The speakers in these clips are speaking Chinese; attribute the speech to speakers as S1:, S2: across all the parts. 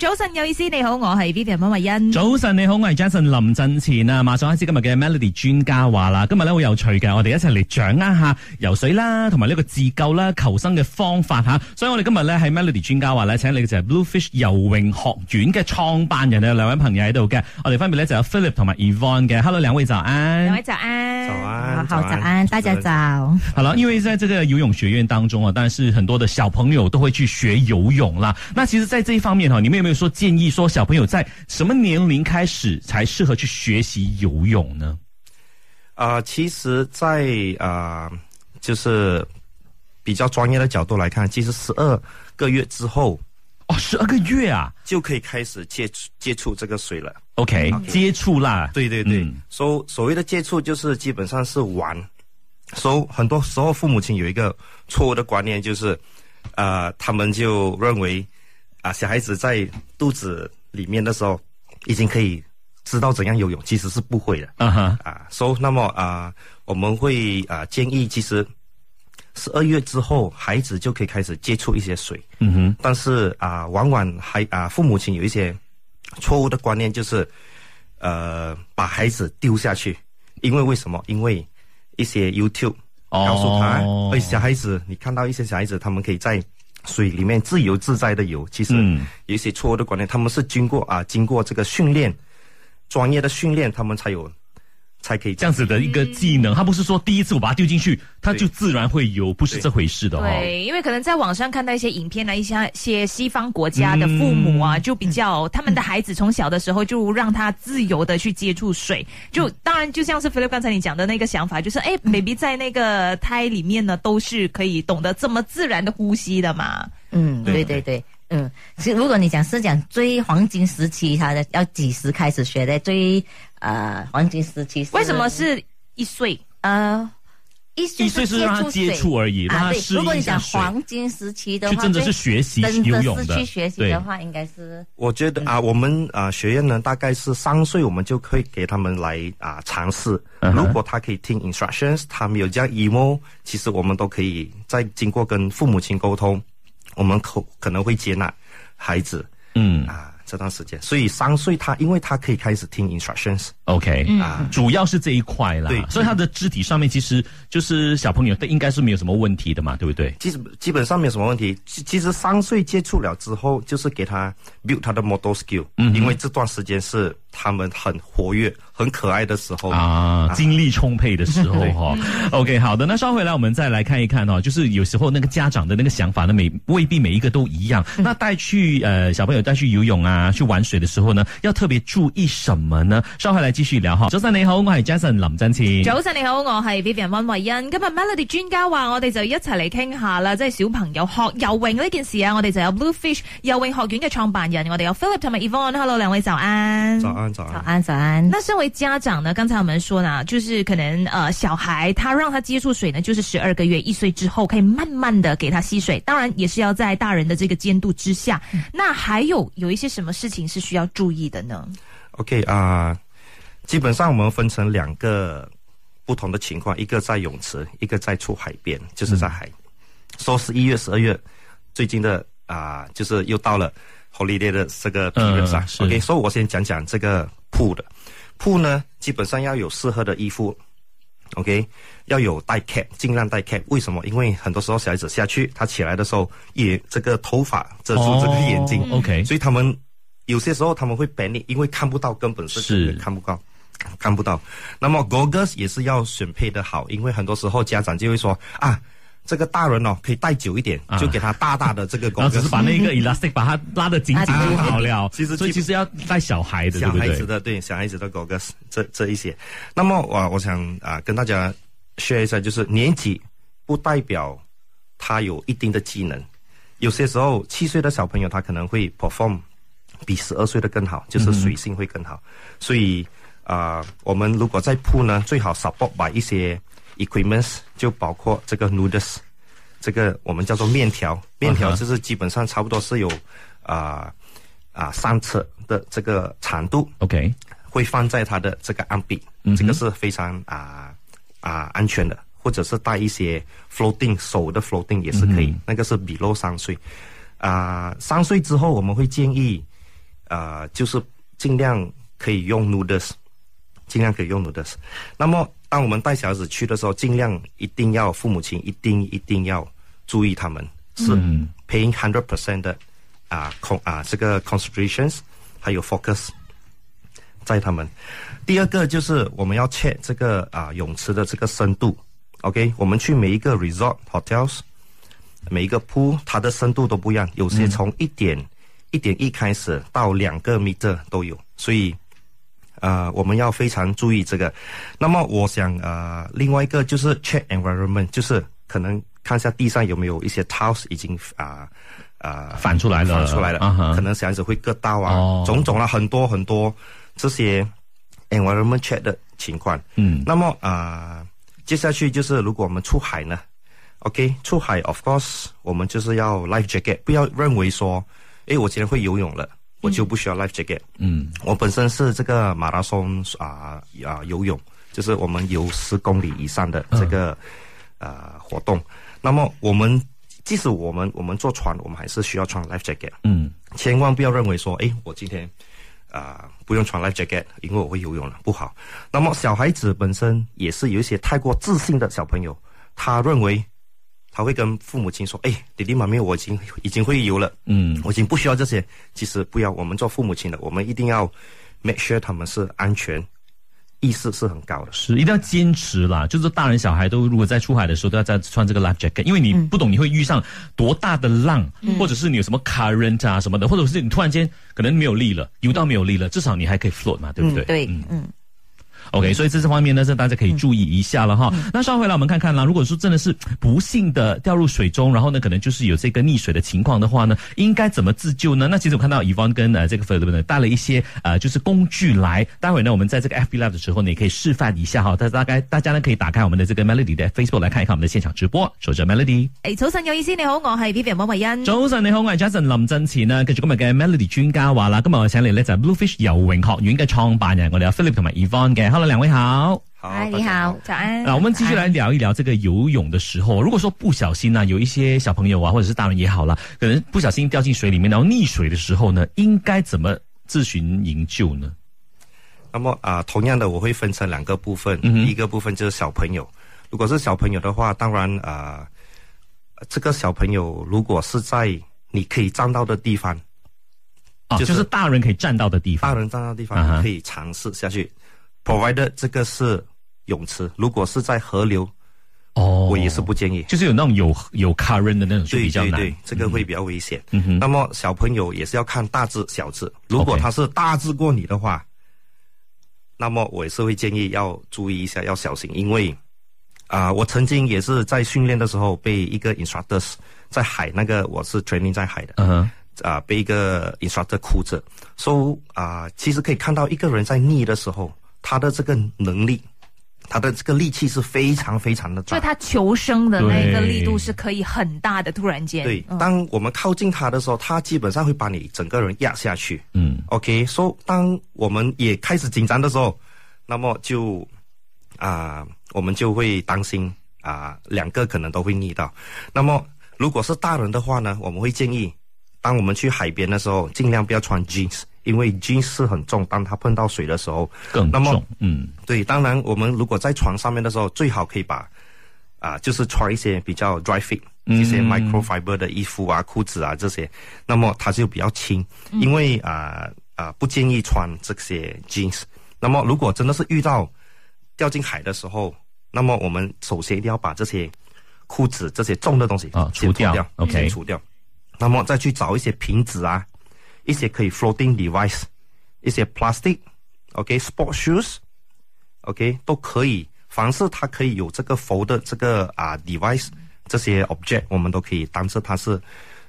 S1: 早晨有意思，你好，我係 Vivian 温慧欣。
S2: 早晨，你好，我係 Jason 林振前啊！馬上開始今日嘅 Melody 專家話啦，今日咧好有趣嘅，我哋一齊嚟掌握下游水啦，同埋呢個自救啦、求生嘅方法吓。所以我哋今日咧喺 Melody 專家話咧，請你嘅就係 Bluefish 游泳學院嘅創辦人啊，兩位朋友喺度嘅。我哋分別咧就有 Philip 同埋 Evan 嘅。Hello，兩位早安。
S1: 兩位早安，
S3: 早安
S1: 好，
S3: 早
S1: 早
S3: 安
S1: 安，大家早。
S2: 好了，因为在这个游泳学院当中啊，当然是很多的小朋友都会去学游泳啦。那其实，在这一方面哈、你们有没有说建议说小朋友在什么年龄开始才适合去学习游泳呢？
S3: 呃，其实在，呃，就是比较专业的角度来看，其实十二个月之后
S2: 哦，十二个月啊
S3: 就可以开始接触接触这个水了。
S2: ，OK，, 接触啦，
S3: 对对对
S2: 嗯，
S3: 所、所谓的接触就是基本上是玩。所、以很多时候父母亲有一个错误的观念，就是呃，他们就认为啊、小孩子在肚子里面的时候已经可以知道怎样游泳，其实是不会的。
S2: 啊哈，
S3: 啊，所、以那么啊、我们会啊、建议，其实十二月之后，孩子就可以开始接触一些水，
S2: 嗯哼，
S3: 但是啊、往往还啊、父母亲有一些错误的观念，就是呃，把孩子丢下去，因为为什么？因为一些 YouTube
S2: 哦
S3: 告诉他，哎，小孩子，你看到一些小孩子，他们可以在水里面自由自在的游，其实
S2: 嗯
S3: 有一些错误的观念，他们是经过啊、经过这个训练，专业的训练，他们才有。才可以
S2: 这样子的一个技能，他不是说第一次我把它丢进去，他就自然会游，不是
S3: 对
S2: 这回事的哦。
S1: 对，因为可能在网上看到一些影片啊，一些一些西方国家的父母啊，就比较他们的孩子从小的时候就让他自由的去接触水，就当然就像是 Philip 刚才你讲的那个想法，就是哎，baby 在那个胎里面呢，都是可以懂得这么自然的呼吸的嘛。
S4: 嗯，
S3: 对
S4: 对对对，嗯，其实如果你讲是讲最黄金时期，他的要几时开始学的？最呃黄金时期是
S1: 为什么是一岁？
S4: 呃一岁
S2: 一岁是
S4: 接
S2: 让他
S4: 触
S2: 接
S4: 水
S2: 触而已，让
S4: 啊？
S2: 他
S4: 对，
S2: 适
S4: 如果
S2: 应一
S4: 你
S2: 下
S4: 讲
S2: 水，
S4: 黄金时期的
S2: 去
S4: 话，
S2: 真的
S4: 最
S2: 是学习
S4: 真
S2: 游
S4: 的
S2: 泳
S4: 是
S2: 的，
S4: 去学习
S2: 对
S4: 的话，应该是
S3: 我觉
S2: 嗯
S3: 得啊，我们啊学院呢，大概是三岁，我们就可以给他们来啊尝试。
S2: 嗯哼
S3: 如果他可以听 instructions，他们有这样 emo，其实我们都可以再经过跟父母亲沟通，我们可可能会接纳孩子
S2: 嗯
S3: 啊这段时间。所以三岁他，因为他可以开始听 instructions，
S2: ，OK，
S1: 嗯
S3: 啊，
S2: 主要是这一块啦，
S3: 对
S2: 所以他的肢体上面其实就是小朋友，应该是没有什么问题的嘛，对不对？
S3: 基本基本上没有什么问题。其其实三岁接触了之后，就是给他 build 他的 motor skill，、因
S2: 嗯
S3: 为这段时间是他们很活跃、很可爱的时候
S2: 啊，精力充沛的时 候哈、OK，好的，那稍回来我们再来看一看哦，就是有时候那个家长的那个想法呢，每未必每一个都一样。
S3: 嗯
S2: 那带去呃小朋友带去游泳啊，去玩水的时候呢，要特别注意什么呢？稍回来继续聊哈。早晨你好，我係 Jason 林振前。
S1: 早晨你好，我係 Vivian 温慧欣。今日 Melody 專家話，我哋就一齊嚟傾下啦，即係小朋友學游泳呢件事啊。我哋就有 Bluefish 游泳學院嘅創辦人，我哋有 Philip 同埋 Evan，Hello 兩位早安。
S3: 早安，早安
S4: 早。
S2: 嗯
S4: 安早安。
S1: 那身为家长呢，刚才我们说呢，就是可能呃，小孩他让他接触水呢，就是十二个月一岁之后，可以慢慢的给他吸水，当然也是要在大人的这个监督之下。那还有有一些什么事情是需要注意的呢？
S3: OK 啊、基本上我们分成两个不同的情况，一个在泳池，一个在出海边，就是在海。
S2: 嗯
S3: 说十一月、十二月最近的啊、就是又到了 holiday 的这个 period 上。
S2: 嗯是
S3: OK，所、以我先讲讲这个铺的铺呢，基本上要有适合的衣服。OK，要有戴 cap，尽量戴 cap。为什么？因为很多时候小孩子下去，他起来的时候，眼这个头发遮住这个眼睛，
S2: 哦 OK，
S3: 所以他们有些时候他们会 ban 你，因为看不到，根本是
S2: 是
S3: 看不到，看不到。那么 goggles 也是要选配的好，因为很多时候家长就会说啊，这个大人哦可以戴久一点，
S2: 啊
S3: 就给他大大的这个
S2: 然后只是
S3: goggles。
S2: 把 那个 elastic 把它拉得紧紧就好了。
S3: 其实
S2: 所以其实要带小孩的，对
S3: 小
S2: 不
S3: 孩子
S2: 对？
S3: 的对小孩子的 goggles 这这一些，那么我、我想啊、跟大家 share 一下，就是年纪不代表他有一定的技能，有些时候七岁的小朋友他可能会 perform 比十二岁的更好，就是水性会更好。所以啊、呃我们如果在铺呢，最好 support by 一些 equipments，就包括这个 noodles，这个我们叫做面条，面条就是基本上差不多是有啊啊三尺的这个长度，
S2: OK，
S3: 会放在他的这个岸壁，这个是非常啊啊、安全的，或者是带一些 floating 手的 floating 也是可以，那个是 below 三岁啊、三岁之后我们会建议呃，就是尽量可以用 noodles，尽量可以用 noodles。那么，当我们带小孩子去的时候，尽量一定要父母亲一定一定要注意他们是 paying hundred percent 的啊控啊这个 considerations 还有 focus 在他们。第二个就是我们要 check 这个啊泳池的这个深度。OK，我们去每一个 resort hotels，每一个 pool 它的深度都不一样，有些从一点一点一开始到两个 meter 都有，所以呃，我们要非常注意这个。那么，我想呃，另外一个就是 check environment，就是可能看一下地上有没有一些 tiles 已经啊啊、呃
S2: 反出来了
S3: 反出来了
S2: 啊哈
S3: 可能小孩子会割到啊，
S2: 哦
S3: 种种了很多很多这些 environment check 的情况。
S2: 嗯
S3: 那么啊、呃接下去就是如果我们出海呢，OK，出海 of course 我们就是要 life jacket，不要认为说，诶，我今天会游泳了，我就不需要 life jacket。
S2: 嗯，
S3: 我本身是这个马拉松啊啊、游泳，就是我们游十公里以上的
S2: 嗯
S3: 这个、呃活动。那么我们即使我们我们坐船，我们还是需要穿 life jacket。
S2: 嗯，
S3: 千万不要认为说，诶，我今天啊、呃不用穿 life jacket，因为我会游泳了，不好。那么小孩子本身也是有一些太过自信的小朋友，他认为他会跟父母亲说，诶，弟弟妈咪，我已经已经会游了，
S2: 嗯，
S3: 我已经不需要这些。其实不要，我们做父母亲的，我们一定要 make sure 他们是安全，意识是很高的。
S2: 是一定要坚持啦，就是大人小孩都如果在出海的时候都要在穿这个 life jacket，因为你不懂你会遇上多大的浪，或者是你有什么 current 啊什么的，或者是你突然间可能没有力了，游到没有力了，至少你还可以 float 嘛，对不对？
S4: 对，嗯，
S2: OK，所以这这方面呢，是大家可以注意一下了哈。那稍后回来我们看看啦，如果说真的是不幸的掉入水中，然后呢，可能就是有这个溺水的情况的话呢，应该怎么自救呢？那其实我看到 Evon 跟呃这个 Philip 呢带了一些呃就是工具来，待会呢我们在这个 FB Live 的时候呢，也可以示范一下哈。大大概大家呢可以打开我们的这个 Melody 的 Facebook 来看一看我们的现场直播，守着 Melody。
S4: 哎
S1: 诶，早晨有意思，你好，我系 Vivian 莫慧欣。
S2: 早晨，你好，我係 Jason 林振前啦。繼續今日嘅 Melody 專家話啦，今日我請嚟呢就係 Bluefish 游泳學院嘅創辦人，我哋有 Philip 同埋 Evon 嘅。Hello，兩位好。
S3: 好大
S4: 嗨，哎你
S3: 家
S4: 好，
S1: 早安
S2: 啊，我们继续来聊一聊这个游泳的时候，如果说不小心呢、有一些小朋友啊，或者是大人也好啦，可能不小心掉进水里面，然后溺水的时候呢，应该怎么咨询营救呢？
S3: 那么啊、同样的，我会分成两个部分，
S2: 嗯
S3: 第一个部分就是小朋友。如果是小朋友的话，当然啊、这个小朋友如果是在你可以站到的地方，
S2: 啊，就
S3: 就是
S2: 是大人可以站到的地
S3: 大
S2: 方。
S3: 人站到的地
S2: 啊哈
S3: 方，可以尝试下去。provided 这个是泳池，如果是在河流，
S2: 哦
S3: 我也是，不建议。
S2: 就是有那种有有 current 的那种就
S3: 对
S2: 比较
S3: 对
S2: 难。
S3: 对，这个会比较危险。
S2: 嗯哼，
S3: 那么小朋友也是要看大字小字，如果
S2: OK
S3: 他是大字过你的话那么我也是会建议要注意一下，要小心，因为啊、我曾经也是在训练的时候被一个 instructors 在海那个我是 training 在海的
S2: 嗯哼，
S3: 啊、被一个 instructor 哭着，so 啊、其实可以看到一个人在逆的时候，他的这个能力，他的这个力气是非常非常的
S1: 就
S3: 大
S1: 是。他求生的那个
S2: 对
S1: 力度是可以很大的，突然间。
S3: 对，
S1: 嗯
S3: 当我们靠近他的时候，他基本上会把你整个人压下去。
S2: 嗯
S3: OK，所、以当我们也开始紧张的时候，那么就啊、我们就会担心啊、两个可能都会逆到。那么如果是大人的话呢，我们会建议，当我们去海边的时候，尽量不要穿 jeans，因为 jeans 是很重，当它碰到水的时候，
S2: 更
S3: 那么
S2: 重，嗯
S3: 对，当然我们如果在床上面的时候，最好可以把啊、就是穿一些比较 dry fit。一
S2: 嗯
S3: 些 microfiber 的衣服啊、裤子啊这些，那么它就比较轻，
S2: 嗯
S3: 因为啊啊、不建议穿这些 jeans。那么如果真的是遇到掉进海的时候，那么我们首先一定要把这些裤子这些重的东西
S2: 啊
S3: 先
S2: 除掉
S3: 掉
S2: OK
S3: 先除掉。那么再去找一些瓶子啊，一些可以 floating device，一些 plastic，OK，sport、shoes。OK 都可以，凡是它可以有这个 fold 这个啊、device 这些 object，我们都可以当做它是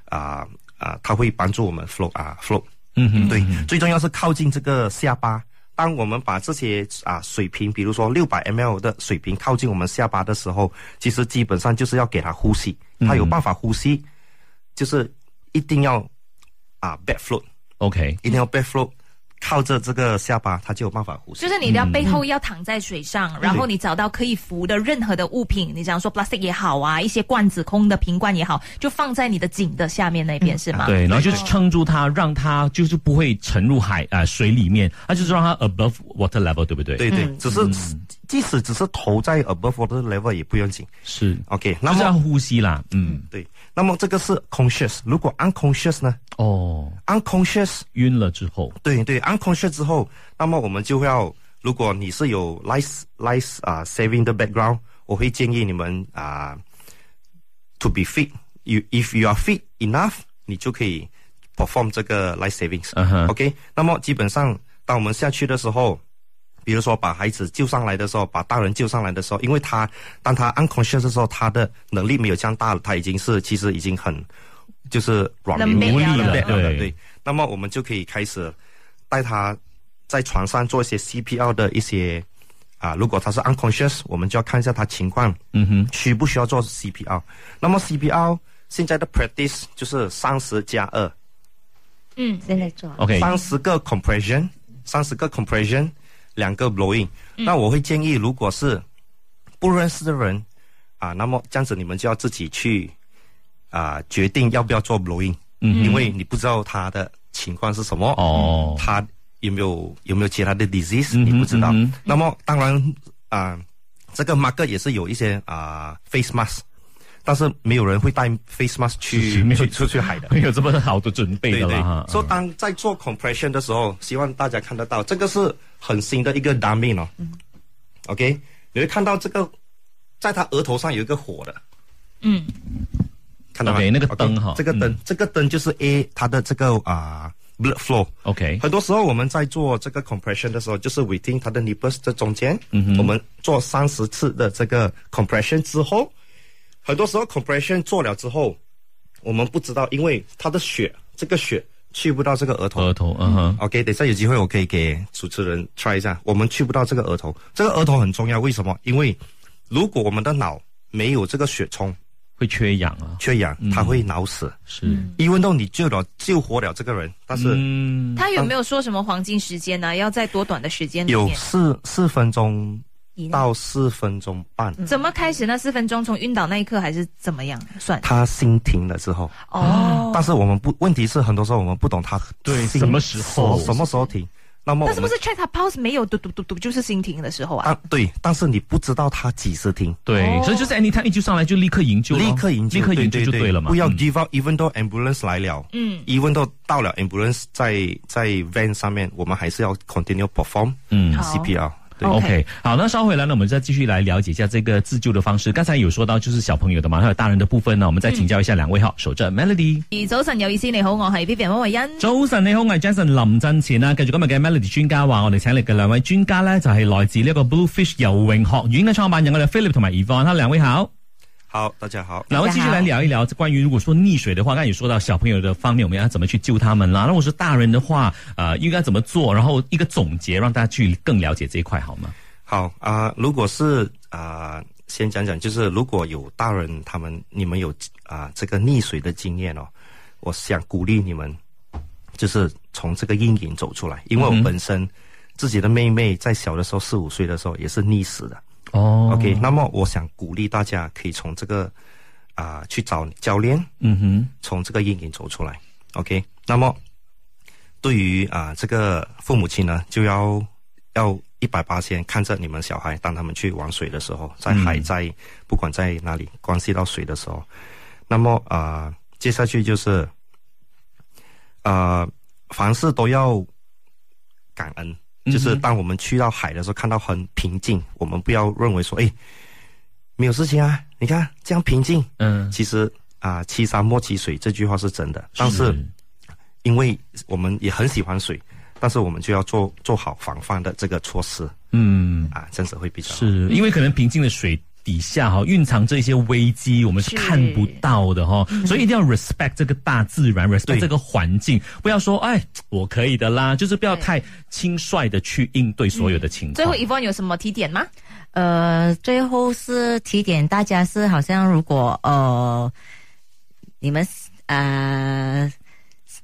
S3: 啊啊、它会帮助我们 flow 啊、flow。
S2: 嗯哼，
S3: 对，最重要是靠近这个下巴。当我们把这些啊、水瓶，比如说六百 ml 的水瓶靠近我们下巴的时候，其实基本上就是要给它呼吸，
S2: 嗯
S3: 它有办法呼吸，就是一定要啊、back flow。
S2: ，OK，
S3: 一定要 backflow 靠着这个下巴，他就有办法呼吸。
S1: 就是你的背后
S2: 嗯
S1: 要躺在水上，然后你找到可以浮的任何的物品，你想说 plastic 也好啊，一些罐子、空的瓶罐也好，就放在你的颈的下面那边、是
S3: 啊
S1: 吗？
S2: 嗯对，然后就是撑住它，让它就是不会沉入海啊、呃水里面，它就是让它 above water level，对不对？，嗯
S3: 对对，只是即使只是头在 above water level 也不用紧。
S2: 是，
S3: OK，那
S2: 就是要
S3: 么
S2: 呼吸啦，嗯，
S3: 对，那么这个是 conscious，如果 unconscious 呢
S2: 哦，
S3: ？unconscious
S2: 晕了之后，
S3: 对对，unconscious 之后，那么我们就要，如果你是有 life life 啊、saving the background，我会建议你们啊、to be fit，you if you are fit enough，你就可以 perform 这个 life savings。
S2: 嗯哼
S3: OK，那么基本上当我们下去的时候。比如说，把孩子救上来的时候，把大人救上来的时候，因为他当他 unconscious 的时候，他的能力没有这样大了，他已经是其实已经很就是软
S1: 冷
S3: 绵
S1: 无力
S3: 绵
S1: 了
S3: 对
S2: 对
S3: 对。那么我们就可以开始带他在床上做一些 CPR 的一些啊，如果他是 unconscious，我们就要看一下他情况，嗯哼，需不需要做 CPR。那么 CPR 现在的 practice 就是三十加二，
S1: 嗯，
S4: 现在做
S2: OK，
S3: 三十个 compression，三十个 compression，两个 blowing、那
S2: 嗯
S3: 我会建议，如果是不认识的人啊，那么这样子你们就要自己去啊决定要不要做 blowing，、嗯、因为你不知道他的情况是什么，
S2: 哦
S3: 他有没有有没有其他的 disease，、
S2: 嗯哼
S3: 你不知道。
S2: 嗯
S3: 那么当然啊、这个 marker 也是有一些啊、face mask。但是没有人会带 face mask
S2: 是
S3: 去
S2: 是没有
S3: 去出去海的，
S2: 没有这么好的准备
S3: 嗯对
S2: 的
S3: 对
S2: 啦，哈，嗯
S3: 所以当在做 compression 的时候，希望大家看得到，这个是很新的一个 dummy 哦。OK，你会看到这个在他额头上有一个火的，
S1: 嗯，
S3: 看到吗
S2: OK，那个灯
S3: OK，
S2: 哈嗯
S3: 这个灯，这个灯就是 A 它的这个啊、blood flow。
S2: OK，
S3: 很多时候我们在做这个 compression 的时候，就是 within 它的 nipples 这中间，我们做三十次的这个 compression 之后，很多时候 compression 做了之后，我们不知道，因为它的血这个血去不到这个额头。
S2: 额头，嗯哼，
S3: OK，等一下有机会我可以给主持人 try 一下，我们去不到这个额头，这个额头很重要，为什么？因为如果我们的脑没有这个血冲
S2: 会缺氧啊，
S3: 缺氧，它会脑死。
S2: 是，
S3: 因为到你救了救活了这个人，但是。
S2: 嗯，
S1: 他有没有说什么黄金时间呢、啊要在多短的时间里
S3: 有
S1: 面？
S3: 四四分钟
S4: 以内
S3: 到四分钟半，
S1: 嗯怎么开始呢？四分钟从晕倒那一刻还是怎么样算？
S3: 他心停了之后，
S2: 嗯
S1: 哦，
S3: 但是我们不，问题是很多时候我们不懂他
S2: 对
S3: 心
S2: 什么时候
S3: 什么时候停。那么
S1: 他
S3: 我
S1: 是
S3: 们
S1: 不是 check 他 pulse 没有嘟嘟嘟嘟，就是心停的时候啊？
S3: 啊，对，但是你不知道他几时停，
S2: 对，
S1: 哦
S2: 所以就是 anytime 一就上来就立刻营救咯，
S3: 立刻营救，
S2: 立刻营救就
S3: 对
S2: 了嘛，
S3: 不要
S2: 嗯
S3: give up，even though ambulance 来了，
S1: 嗯
S3: ，even though 到了 ambulance 在在 van 上面，我们还是要 continue perform
S2: 嗯
S1: 好
S3: CPR。对，
S1: OK
S2: OK，好，那稍回来呢，我们再继续来了解一下这个自救的方式。刚才有说到就是小朋友的嘛，还有大人的部分呢，我们再请教一下两位哈。守着 Melody，
S1: 而早晨有意思，你好，我系 Vivian 温慧欣。
S2: 早晨你好，我系 Jason 林振前啊啦。繼續今日嘅 Melody 專家話，我哋請嚟嘅兩位專家呢，就係來自呢一個 Bluefish 游泳學院嘅創辦人，我哋 Philip 同埋 Evan，哈，兩位好。
S3: 好，大家好。
S2: 然后继续来聊一聊关于如果说溺水的话，刚才也说到小朋友的方面，我们要怎么去救他们啦？那如果是大人的话，呃，应该怎么做？然后一个总结，让大家去更了解这一块，好吗？
S3: 好啊、如果是啊、先讲讲，就是如果有大人他们你们有啊、这个溺水的经验哦，我想鼓励你们，就是从这个阴影走出来，因为我本身自己的妹妹在小的时候四五岁的时候也是溺死的。
S2: 哦
S3: OK，那么我想鼓励大家可以从这个啊、去找教练，
S2: 嗯哼，
S3: 从这个阴影走出来。OK，那么对于啊、这个父母亲呢，就要要一百八先看着你们小孩，当他们去玩水的时候，在海在、不管在哪里关系到水的时候，那么啊、接下去就是啊、凡事都要感恩。就是当我们去到海的时候，看到很平静，我们不要认为说，哎，没有事情啊，你看这样平静，
S2: 嗯，
S3: 其实啊，欺山莫欺水这句话是真的，但是因为我们也很喜欢水，但是我们就要做做好防范的这个措施
S2: 嗯。
S3: 啊，这样子会比较好。
S2: 是因为可能平静的水底下哈，蕴藏着一些危机，我们是
S1: 是
S2: 看不到的哈，
S4: 嗯
S2: 所以一定要 respect 这个大自然，respect
S3: 对
S2: 这个环境，不要说哎我可以的啦，就是不要太轻率的去应对所有的
S4: 嗯
S2: 情
S1: 最
S2: 况
S1: 后。Evan 有什么提点吗？
S4: 呃，最后是提点大家是好像如果呃，你们呃，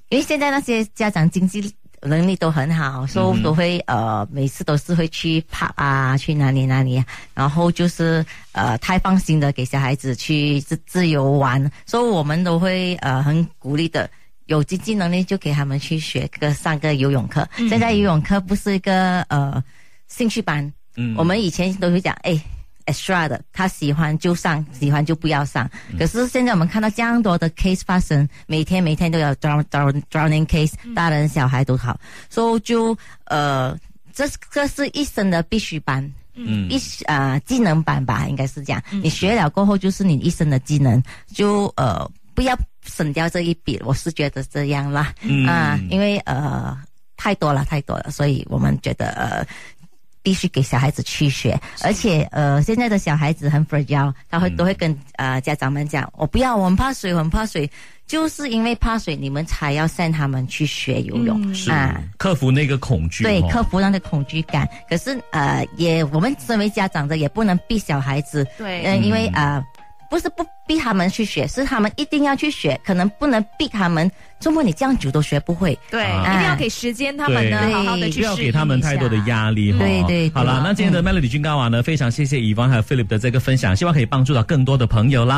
S4: 因为现在那些家长经济能力都很好，所以都会呃每次都是会去 pub 啊，去哪里哪里啊，然后就是呃太放心的给小孩子去自自由玩，所以我们都会呃很鼓励的。有经济能力就给他们去学个上个游泳课。现在游泳课不是一个呃兴趣班，
S2: 嗯
S4: 我们以前都会讲，哎，extra 的，他喜欢就上，喜欢就不要上。
S2: 嗯
S4: 可是现在我们看到这样多的 case 发生，每天每天都有 drown drown drowning case，大人小孩都好，所、以就呃，这个是一生的必须班。
S2: 嗯
S4: 一呃技能班吧，应该是这样。你学了过后，就是你一生的技能，就呃不要省掉这一笔，我是觉得这样啦。
S2: 嗯
S4: 啊，因为呃太多了，太多了，所以我们觉得呃。必须给小孩子去学，而且呃，现在的小孩子很 fragile，他会、都会跟呃家长们讲，我不要，我很怕水，我很怕水，就是因为怕水，你们才要 send 他们去学游泳、
S2: 是
S4: 啊。
S2: 克服那个恐惧，
S4: 对
S2: 嗯哦，
S4: 克服那个恐惧感。可是呃，也我们身为家长的也不能逼小孩子，
S1: 对
S4: 嗯，因为呃，不是不逼他们去学，是他们一定要去学，可能不能逼他们。周末你这样久都学不会，
S1: 对，
S2: 啊
S1: 一定要给时间他们呢，
S2: 对
S1: 好好的去
S2: 不要给他们太多的压力哈。
S4: 对对对
S2: 好了，那今天的 Melody 君高娃呢，非常谢谢以 v 还有 Philip 的这个分享，希望可以帮助到更多的朋友啦。